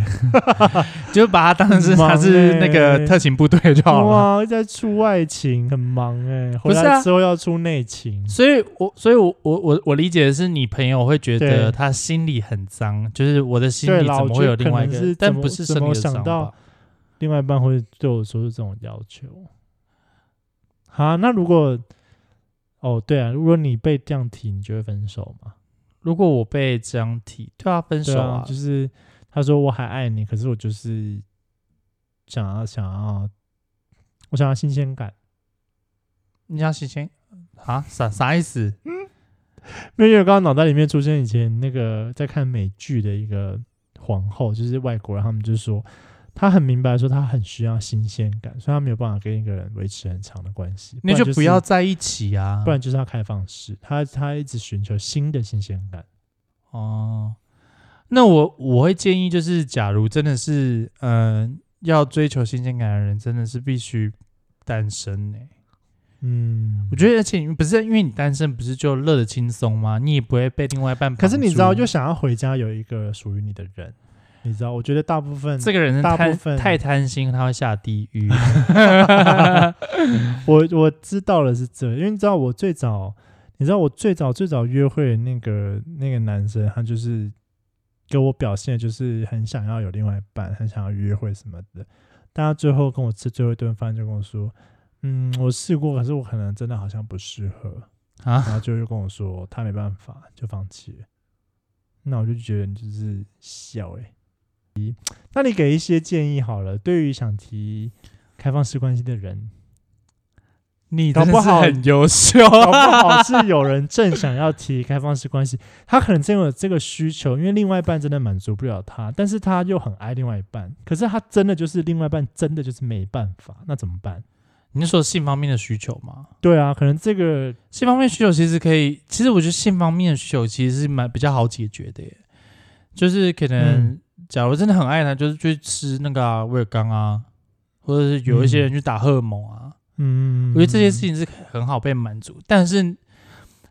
[SPEAKER 1] 就把他当成是他是那
[SPEAKER 2] 很忙欸
[SPEAKER 1] 个特勤部队就好了。
[SPEAKER 2] 哇，一直在出外勤，很忙哎、
[SPEAKER 1] 啊不
[SPEAKER 2] 回
[SPEAKER 1] 是啊
[SPEAKER 2] 来之后要出内勤，
[SPEAKER 1] 所以我，所以我，我，我，我理解的是，你朋友会觉
[SPEAKER 2] 对
[SPEAKER 1] 得他心里很脏，就是我的心
[SPEAKER 2] 对
[SPEAKER 1] 里
[SPEAKER 2] 啦
[SPEAKER 1] 怎么
[SPEAKER 2] 我
[SPEAKER 1] 会
[SPEAKER 2] 觉
[SPEAKER 1] 有
[SPEAKER 2] 得
[SPEAKER 1] 另外一
[SPEAKER 2] 可
[SPEAKER 1] 个
[SPEAKER 2] 能是
[SPEAKER 1] 人？
[SPEAKER 2] 怎
[SPEAKER 1] 但
[SPEAKER 2] 么
[SPEAKER 1] 不是
[SPEAKER 2] 怎
[SPEAKER 1] 生理
[SPEAKER 2] 么
[SPEAKER 1] 的
[SPEAKER 2] 想
[SPEAKER 1] 伤
[SPEAKER 2] 到
[SPEAKER 1] 吧
[SPEAKER 2] 另外一半会对我说出这种要求。好，那如果哦对啊，如果你被这样提，你就会分手吗？
[SPEAKER 1] 如果我被这样提，对啊，分
[SPEAKER 2] 对
[SPEAKER 1] 手
[SPEAKER 2] 啊，就是他说我还爱你，可是我就是想要想要，我想要新鲜感。
[SPEAKER 1] 你想洗钱啊？啥啥意思？
[SPEAKER 2] 因为我刚刚脑袋里面出现以前那个在看美剧的一个皇后，就是外国人，他们就说她很明白说她很需要新鲜感，所以她没有办法跟一个人维持很长的关系。
[SPEAKER 1] 那就
[SPEAKER 2] 然
[SPEAKER 1] 不
[SPEAKER 2] 是
[SPEAKER 1] 要在一起啊！
[SPEAKER 2] 不然就是要开放式，他他一直寻求新的新鲜感。
[SPEAKER 1] 哦，那我我会建议，就是假如真的是嗯、要追求新鲜感的人，真的是必须单身呢、欸
[SPEAKER 2] 嗯，
[SPEAKER 1] 我
[SPEAKER 2] 得，
[SPEAKER 1] 觉得，而且你不是因为你单身，不是就乐得轻松吗？你也不会被另外一半绑住。啊
[SPEAKER 2] 可是你知道，就想要回家有一个属于你的人，你知道，我觉得大部分
[SPEAKER 1] 这个人是
[SPEAKER 2] 嗯大部
[SPEAKER 1] 贪
[SPEAKER 2] 分
[SPEAKER 1] 太贪心，他会下地 狱。
[SPEAKER 2] 我我知道了是这，因为你知道我最早，你知道我最早最早约会的那个那个男生，他就是给我表现就是很想要有另外一半，很想要约会什么的。但他最后跟我吃最后一顿饭，就跟我说：“嗯，我试过，可是我可能真的好像不适合。”
[SPEAKER 1] 啊
[SPEAKER 2] 然后就又跟我说他没办法，就放弃了。那我就觉得你就是笑哎、咦那你给一些建议好了，对于想提开放式关系的人，
[SPEAKER 1] 你
[SPEAKER 2] 搞
[SPEAKER 1] 真的
[SPEAKER 2] 不
[SPEAKER 1] 是
[SPEAKER 2] 好
[SPEAKER 1] 很优 秀，
[SPEAKER 2] 搞不好是有人正想要提开放式关系，他可能真有这个需求，因为另外一半真的满足不了他，但是他又很爱另外一半，可是他真的就是另外一半真的就是没办法，那怎么办？
[SPEAKER 1] 你是说性方面的需求吗？
[SPEAKER 2] 对啊，可能这个
[SPEAKER 1] 性方面需求其实可以，其实我觉得性方面的需求其实是蛮比较好解决的耶，就是可能
[SPEAKER 2] 嗯
[SPEAKER 1] 假如真的很爱他，就是去吃那个啊威尔刚啊，或者是有一些人去打荷尔蒙啊，我
[SPEAKER 2] 嗯，
[SPEAKER 1] 觉得这些事情是很好被满足。但是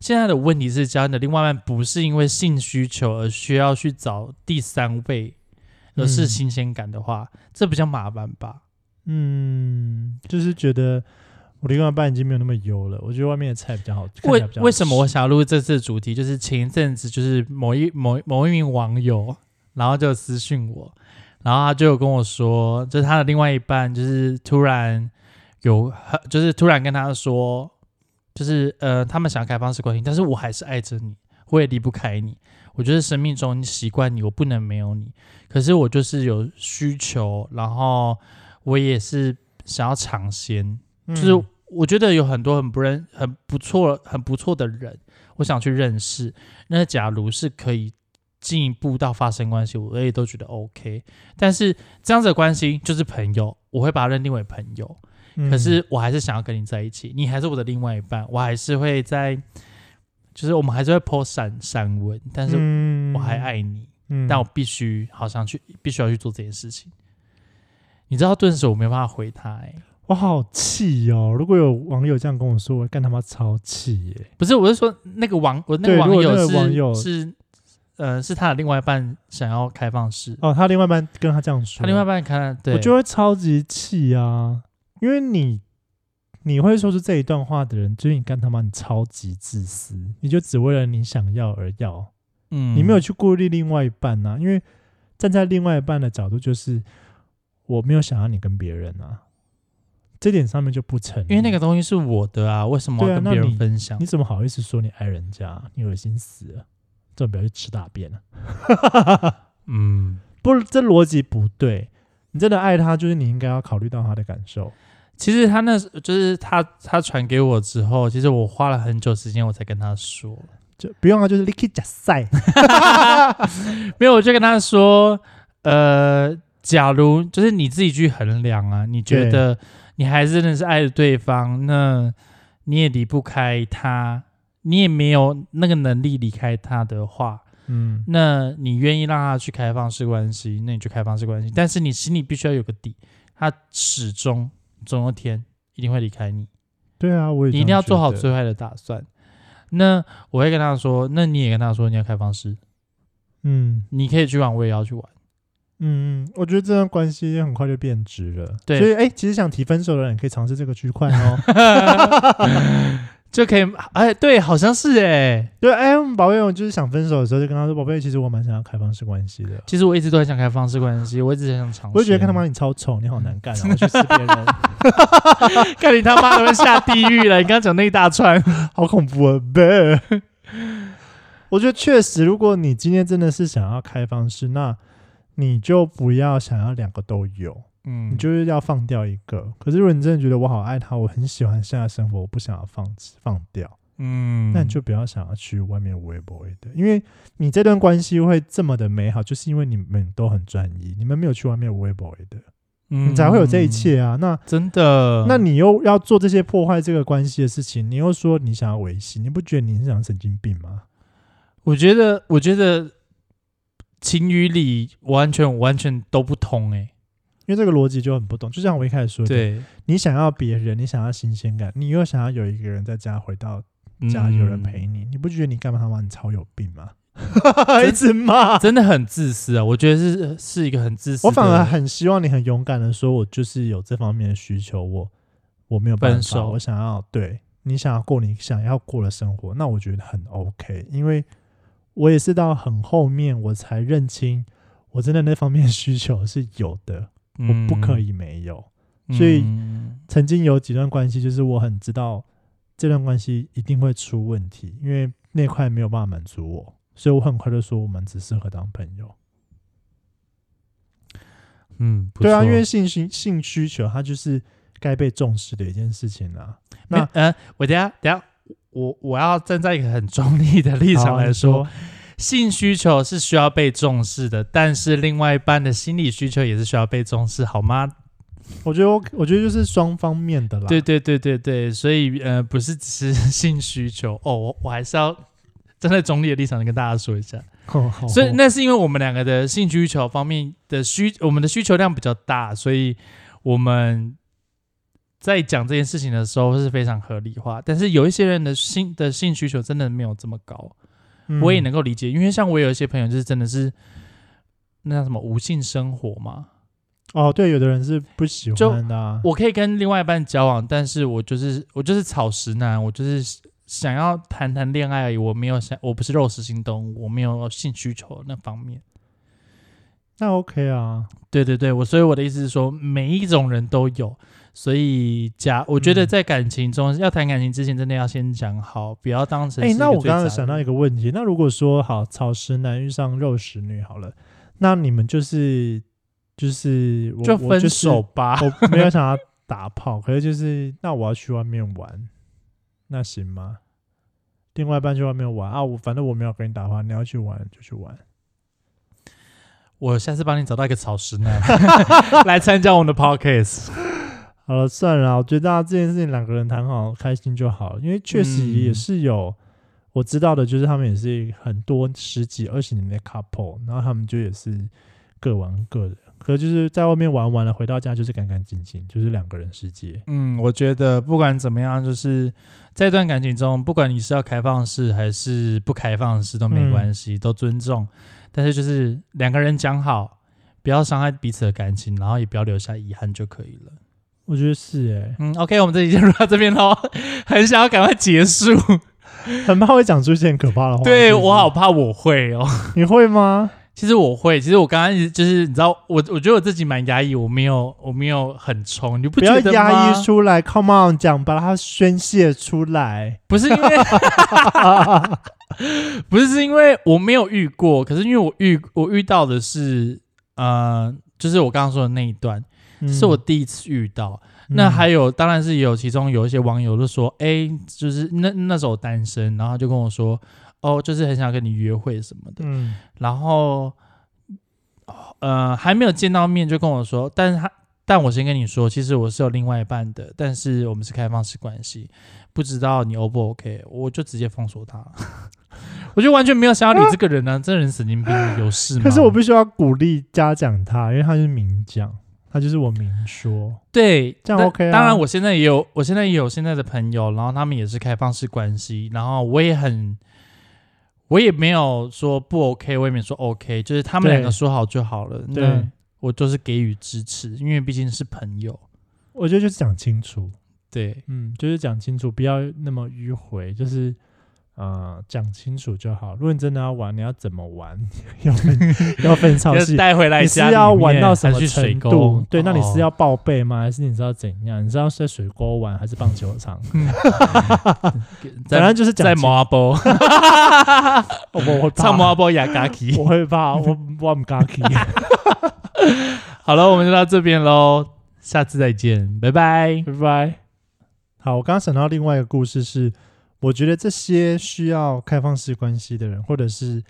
[SPEAKER 1] 现在的问题是，假如你的另外一半不是因为性需求而需要去找第三位，而是
[SPEAKER 2] 嗯
[SPEAKER 1] 新鲜感的话，这比较麻烦吧？
[SPEAKER 2] 嗯，就是觉得我的另外一半已经没有那么油了，我觉得外面的菜比较好。看起来
[SPEAKER 1] 为
[SPEAKER 2] 比较好
[SPEAKER 1] 为什么
[SPEAKER 2] 吃
[SPEAKER 1] 我想要录这次的主题？就是前一阵子，就是某一某一某一名网友，然后就私讯我，然后他就有跟我说，就是他的另外一半，就是突然有，就是突然跟他说，就是呃，他们想要开放式关系，但是我还是爱着你，我也离不开你。我觉得生命中你习惯你，我不能没有你。可是我就是有需求，然后我也是想要尝鲜。就是
[SPEAKER 2] 嗯
[SPEAKER 1] 我觉得有很多很不认、很不错、很不错的人，我想去认识。那假如是可以进一步到发生关系，我也都觉得 OK。但是这样子的关系就是朋友，我会把它认定为朋友。
[SPEAKER 2] 嗯
[SPEAKER 1] 可是我还是想要跟你在一起，你还是我的另外一半，我还是会在，就是我们还是会泼闪闪文，但是
[SPEAKER 2] 嗯
[SPEAKER 1] 我还，爱你。
[SPEAKER 2] 嗯
[SPEAKER 1] 但我必须好像去，必须要去做这件事情。你知道，顿时我没办法回他、欸，
[SPEAKER 2] 我好气哦！如果有网友这样跟我说，我干他妈超气耶！
[SPEAKER 1] 不是，我是说那个网，我那
[SPEAKER 2] 对
[SPEAKER 1] 个网
[SPEAKER 2] 如果
[SPEAKER 1] 友
[SPEAKER 2] 那个
[SPEAKER 1] 是
[SPEAKER 2] 网友
[SPEAKER 1] 是，呃，是他的另外一半想要开放式，
[SPEAKER 2] 哦，他另外一半跟他这样说，
[SPEAKER 1] 他另外一半看，对，
[SPEAKER 2] 我就会超级气啊，因为你你会说出这一段话的人，就是你干他妈你超级自私，你就只为了你想要而要，
[SPEAKER 1] 嗯
[SPEAKER 2] 你没有去顾虑另外一半啊呐、因为站在另外一半的角度，就是我没有想要你跟别人啊，这点上面就不成立，
[SPEAKER 1] 因为那个东西是我的啊，为什么
[SPEAKER 2] 对啊
[SPEAKER 1] 要跟别
[SPEAKER 2] 那
[SPEAKER 1] 人分享？
[SPEAKER 2] 你怎么好意思说你爱人家？啊你恶心死了！这种表示吃大便了、
[SPEAKER 1] 嗯，
[SPEAKER 2] 不，这逻辑不对。你真的爱他，就是你应该要考虑到他的感受。
[SPEAKER 1] 其实他那时就是他他传给我之后，其实我花了很久时间我才跟他说，
[SPEAKER 2] 就不用啊，就是 Licky 假 赛。
[SPEAKER 1] 没有，我就跟他说，呃，假如就是你自己去衡量啊，你觉
[SPEAKER 2] 对
[SPEAKER 1] 得你还是真的是爱着对方，那你也离不开他，你也没有那个能力离开他的话，
[SPEAKER 2] 嗯
[SPEAKER 1] 那你愿意让他去开放式关系，那你就开放式关系，但是你心里必须要有个底，他始终总有一天一定会离开你，
[SPEAKER 2] 对啊，我也
[SPEAKER 1] 你一定要
[SPEAKER 2] 这
[SPEAKER 1] 做
[SPEAKER 2] 样
[SPEAKER 1] 好
[SPEAKER 2] 觉得
[SPEAKER 1] 最坏的打算。那我会跟他说，那你也跟他说你要开放式，
[SPEAKER 2] 嗯
[SPEAKER 1] 你可以去玩，我也要去玩。
[SPEAKER 2] 嗯，嗯我觉得这段关系很快就变质了。
[SPEAKER 1] 对
[SPEAKER 2] 所以哎、其实想提分手的人可以尝试这个区块 哦。
[SPEAKER 1] 就可以，哎，对，好像是哎。
[SPEAKER 2] 对，哎、我们宝贝，我就是想分手的时候就跟他说，宝贝，其实我蛮想要开放式关系的。
[SPEAKER 1] 其实我一直都很想开放式关系，我一直很想尝试。
[SPEAKER 2] 我就觉得看他妈你超丑，你好 难干，然啊后去吃别人，
[SPEAKER 1] 看你他妈的会下地狱了！你刚刚讲那一大 串，
[SPEAKER 2] 好恐怖啊！呗。我觉得确实，如果你今天真的是想要开放式，那你就不要想要两个都有，
[SPEAKER 1] 嗯
[SPEAKER 2] 你就是要放掉一个。可是如果你真的觉得我好爱他，我很喜欢现在的生活，我不想要放弃放掉，
[SPEAKER 1] 嗯
[SPEAKER 2] 那你就不要想要去外面微博的，因为你这段关系会这么的美好，就是因为你们都很专一，你们没有去外面微博的，
[SPEAKER 1] 你
[SPEAKER 2] 你才会有这一，切啊。那
[SPEAKER 1] 嗯真的。
[SPEAKER 2] 那你又要做这些破坏这个关系的事情，你又说你想要维系，你不觉得你是想神经病吗？
[SPEAKER 1] 我觉得，我觉得情与理完全完全都不通哎。
[SPEAKER 2] 因为这个逻辑就很不懂。就像我一开始说的，
[SPEAKER 1] 对，
[SPEAKER 2] 你想要别人，你想要新鲜感，你又想要有一个人在家回到家有人陪
[SPEAKER 1] 嗯，
[SPEAKER 2] 你，你不觉得你干嘛他妈你超有 病吗？
[SPEAKER 1] 真
[SPEAKER 2] 一直骂。
[SPEAKER 1] 真的很自私啊！我觉得是是一个很自私的。
[SPEAKER 2] 我反而很希望你很勇敢的说，我就是有这方面的需求，我我没有办
[SPEAKER 1] 分
[SPEAKER 2] 法，
[SPEAKER 1] 手
[SPEAKER 2] 我想要对你想要过你想要过的生活，那我觉得很 OK，因为我也是到很后面我才认清，我真的那方面的需求是有的，我不可
[SPEAKER 1] 以，
[SPEAKER 2] 以没有。所以
[SPEAKER 1] 嗯
[SPEAKER 2] 曾经有几段关系，就是我很知道这段关系一定会出问题，因为那块没有办法满足我，所以我很快就说我们只适合当朋友。
[SPEAKER 1] 嗯，不
[SPEAKER 2] 对啊，
[SPEAKER 1] 错
[SPEAKER 2] 因为性需性需求，它就是该被重视的一件事情啊。那
[SPEAKER 1] 那呃，我等一下等一下，我我要站在一个很中立的立
[SPEAKER 2] 立
[SPEAKER 1] 场来
[SPEAKER 2] 啊
[SPEAKER 1] 说，，性需求是需要被重视的，但是另外一半的心理需求也是需要被重视，好吗？
[SPEAKER 2] 我觉得我我觉得就是双方面的啦。
[SPEAKER 1] 对，对对对对，所以呃，不是只是 性需求哦，我我还是要站在中立的立场跟大家说一下，
[SPEAKER 2] 哦
[SPEAKER 1] 所以那是因为我们两个的性需求方面的需，我们的需求量比较大，所以我们。在讲这件事情的时候是非常合理化，但是有一些人的性的性需求真的没有这么高，
[SPEAKER 2] 嗯
[SPEAKER 1] 我也能够理解，因为像我有一些朋友就是真的是那叫什么无性生活嘛，
[SPEAKER 2] 哦，对，有的人是不喜欢的、啊。
[SPEAKER 1] 我可以跟另外一半交往，但是我就是我就是草食男，我就是想要谈谈恋爱而已，我没有想我不是肉食性动物，我没有性需求那方面。
[SPEAKER 2] 那 OK 啊，
[SPEAKER 1] 对对对，我所以我的意思是说，每一种人都有，所以假我觉得
[SPEAKER 2] 嗯
[SPEAKER 1] 在感情中、要谈感情之前，真的要先讲好，不要当成
[SPEAKER 2] 哎、
[SPEAKER 1] 是一个
[SPEAKER 2] 那我
[SPEAKER 1] 最
[SPEAKER 2] 刚刚
[SPEAKER 1] 杂
[SPEAKER 2] 想
[SPEAKER 1] 的
[SPEAKER 2] 到一个问题，那如果说好草食男遇上肉食女好了，那你们就是就是我
[SPEAKER 1] 就分
[SPEAKER 2] 我就是
[SPEAKER 1] 手吧，
[SPEAKER 2] 我没有想要打炮，可是就是那我要去外面玩，那行吗？另外一半去外面玩啊，我反正我没有跟你打炮，你要去玩就去玩。
[SPEAKER 1] 我下次帮你找到一个草食 男来参加我们的 podcast。
[SPEAKER 2] 好了，算了啦，我觉得大家这件事情两个人谈好开心就好，因为确实
[SPEAKER 1] 嗯
[SPEAKER 2] 也是有、我知道的，就是他们也是很多十几二十年的 couple，然后他们就也是各玩各的，可就是在外面玩完了，回到家就是干干净净，就是两个人世界。
[SPEAKER 1] 嗯，我觉得不管怎么样，就是在一段感情中，不管你是要开放式还是不开放式都没关系，都尊重。但是就是两个人讲好，不要伤害彼此的感情，然后也不要留下遗憾就可以了。
[SPEAKER 2] 我觉得是哎、
[SPEAKER 1] 嗯，OK，我们这集就录到这边喽，很想要赶快结束。
[SPEAKER 2] 很怕会讲出一些很可怕的 话。
[SPEAKER 1] 对
[SPEAKER 2] 是不是
[SPEAKER 1] 我好，怕我会哦。
[SPEAKER 2] 你会吗？
[SPEAKER 1] 其实我会，其实我刚刚一直就是你知道，我我觉得我自己蛮压抑，我没有我没有很冲，你不
[SPEAKER 2] 不
[SPEAKER 1] 觉
[SPEAKER 2] 要
[SPEAKER 1] 得
[SPEAKER 2] 压
[SPEAKER 1] 吗
[SPEAKER 2] 抑出来，Come on，讲，把它宣泄出来。
[SPEAKER 1] 不是因为， 不是是因为我没有遇过，可是因为我遇我遇到的是，呃，就是我刚刚说的那一段，
[SPEAKER 2] 嗯
[SPEAKER 1] 是我第一次遇到。那还
[SPEAKER 2] 有，
[SPEAKER 1] 有，当然是有其中有一些网友就说，哎、就是那那时候我单身，然后就跟我说，哦，就是很想跟你约会什么的，
[SPEAKER 2] 嗯
[SPEAKER 1] 然后，呃，还没有见到面就跟我说，但是他。但我先跟你说，其实我是有另外一半的，但是我们是开放式关系，不知道你 O 不 OK，我就直接封锁他了。 我就完全没有想要理这个人呢、啊，这人神经病有事吗？
[SPEAKER 2] 可是我必须要鼓励嘉奖他，因为他是明讲，他就是我明说，
[SPEAKER 1] 对，
[SPEAKER 2] 这样
[SPEAKER 1] 但
[SPEAKER 2] OK 啊
[SPEAKER 1] 当然，我现在也有，我现在也有现在的朋友，然后他们也是开放式关系，然后我也很，我也没有说不 OK，我也没说 OK，就是他们
[SPEAKER 2] 对
[SPEAKER 1] 两个说好就好了。
[SPEAKER 2] 对
[SPEAKER 1] 那，我就是给予支持，因为毕竟是朋友。
[SPEAKER 2] 我觉得就是讲清楚，
[SPEAKER 1] 对，
[SPEAKER 2] 嗯，就是讲清楚，不要那么迂回，就是呃讲清楚就好。如果你真的要玩，你要怎么玩？ 要分要分 超
[SPEAKER 1] 就是
[SPEAKER 2] 细，
[SPEAKER 1] 带回来
[SPEAKER 2] 你是
[SPEAKER 1] 家里
[SPEAKER 2] 要玩
[SPEAKER 1] 面
[SPEAKER 2] 到什
[SPEAKER 1] 还
[SPEAKER 2] 么
[SPEAKER 1] 是去水
[SPEAKER 2] 程
[SPEAKER 1] 沟
[SPEAKER 2] 度？对，那你
[SPEAKER 1] 哦
[SPEAKER 2] 是要报备吗？还是你是要怎样？你是要在水沟玩还是棒球场？反
[SPEAKER 1] 在
[SPEAKER 2] 正就是讲
[SPEAKER 1] 在
[SPEAKER 2] 清
[SPEAKER 1] 摩阿波
[SPEAKER 2] 我会怕
[SPEAKER 1] 唱摩阿波雅嘎奇。
[SPEAKER 2] 我会怕，我我唔敢去。
[SPEAKER 1] 好了，我们就到这边喽，下次再见，拜拜。
[SPEAKER 2] 拜拜。好，我刚刚想到另外一个故事是，我觉得这些需要开放式关系的人，或者是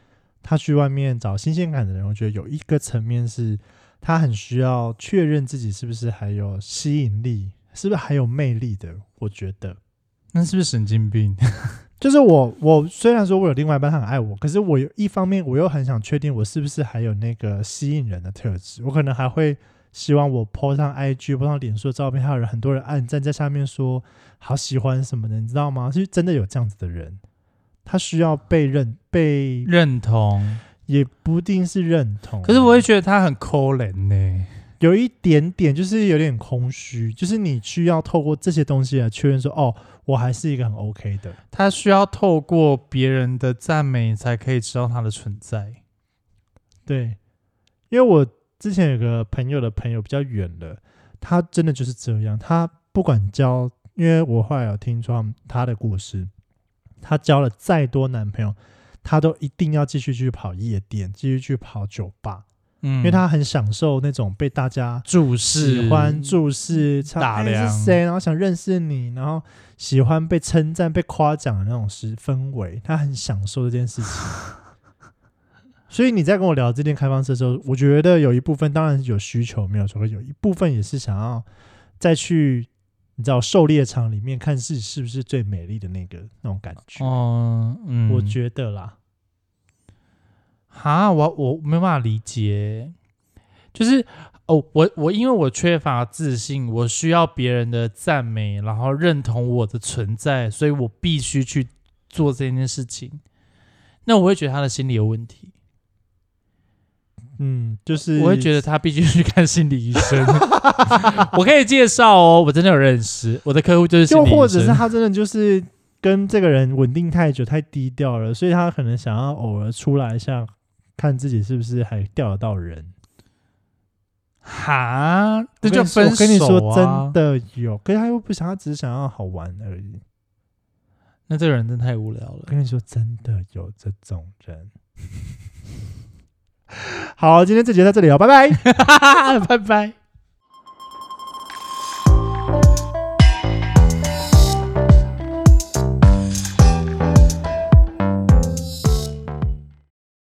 [SPEAKER 2] 他去外面找新鲜感的人，我觉得有一个层面是，他很需要确认自己是不是还有吸引力，是不是还有魅力的。我觉得，
[SPEAKER 1] 那是不是神经病？
[SPEAKER 2] 就是我，我虽然说我有另外一半他很爱我，可是我有一方面我又很想确定我是不是还有那个吸引人的特质，我可能还会希望我 po 上 IG、po 上脸书的照片，还有人很多人按赞在下面说好喜欢什么的，你知道吗？是真的有这样子的人，他需要被认，被
[SPEAKER 1] 认同。
[SPEAKER 2] 也不一定是认同，
[SPEAKER 1] 可是我会觉得他很抠人呢、
[SPEAKER 2] 有一点点就是有点空虚，就是你需要透过这些东西来确认说，哦，我还是一个很 OK 的。
[SPEAKER 1] 他需要透过别人的赞美才可以知道他的存在。
[SPEAKER 2] 对，因为我之前有个朋友的朋友比较远了，他真的就是这样，他不管交，因为我后来有听说他们他的故事，他交了再多男朋友，他都一定要继续去跑夜店，继续去跑酒吧，
[SPEAKER 1] 嗯，
[SPEAKER 2] 因为他很享受那种被大家。
[SPEAKER 1] 注视
[SPEAKER 2] 喜欢注视、唱
[SPEAKER 1] 大
[SPEAKER 2] 哎你
[SPEAKER 1] 嗯量
[SPEAKER 2] 是谁，然后想认识你，然后喜欢被称赞、被夸奖的那种时氛围，他很享受这件事 情。所以你在跟我聊这件开放式的时候，我觉得有一部分当然有需求没有错，可有一部分也是想要再去你知道狩猎场里面看是是不是最美丽的那个那种感觉。
[SPEAKER 1] 哦，嗯，
[SPEAKER 2] 我觉得啦，
[SPEAKER 1] 哈，我我没办法理解，就是哦，我我因为我缺乏自信，我需要别人的赞美，然后认同我的存在，所以我必须去做这件事情。那我会觉得他的心理有问题，
[SPEAKER 2] 嗯，就是
[SPEAKER 1] 我会觉得他必须去看心理医生。 我可以介绍哦，我真的有认识，我的客户就是心
[SPEAKER 2] 就
[SPEAKER 1] 理医
[SPEAKER 2] 或者是
[SPEAKER 1] 生
[SPEAKER 2] 他真的就是跟这个人稳定太久，太低调了，所以他可能想要偶尔出来一下，看自己是不是还钓得到人。
[SPEAKER 1] 哈，这
[SPEAKER 2] 我跟
[SPEAKER 1] 就
[SPEAKER 2] 你说
[SPEAKER 1] 分手、啊、
[SPEAKER 2] 我跟你说，真，的有，可是他又不想，他只是想要好玩而已。
[SPEAKER 1] 那这个人真的太无聊
[SPEAKER 2] 我
[SPEAKER 1] 了。
[SPEAKER 2] 跟你说，真的有这种人。 好，今天这节到这里哦，拜拜。
[SPEAKER 1] 拜拜。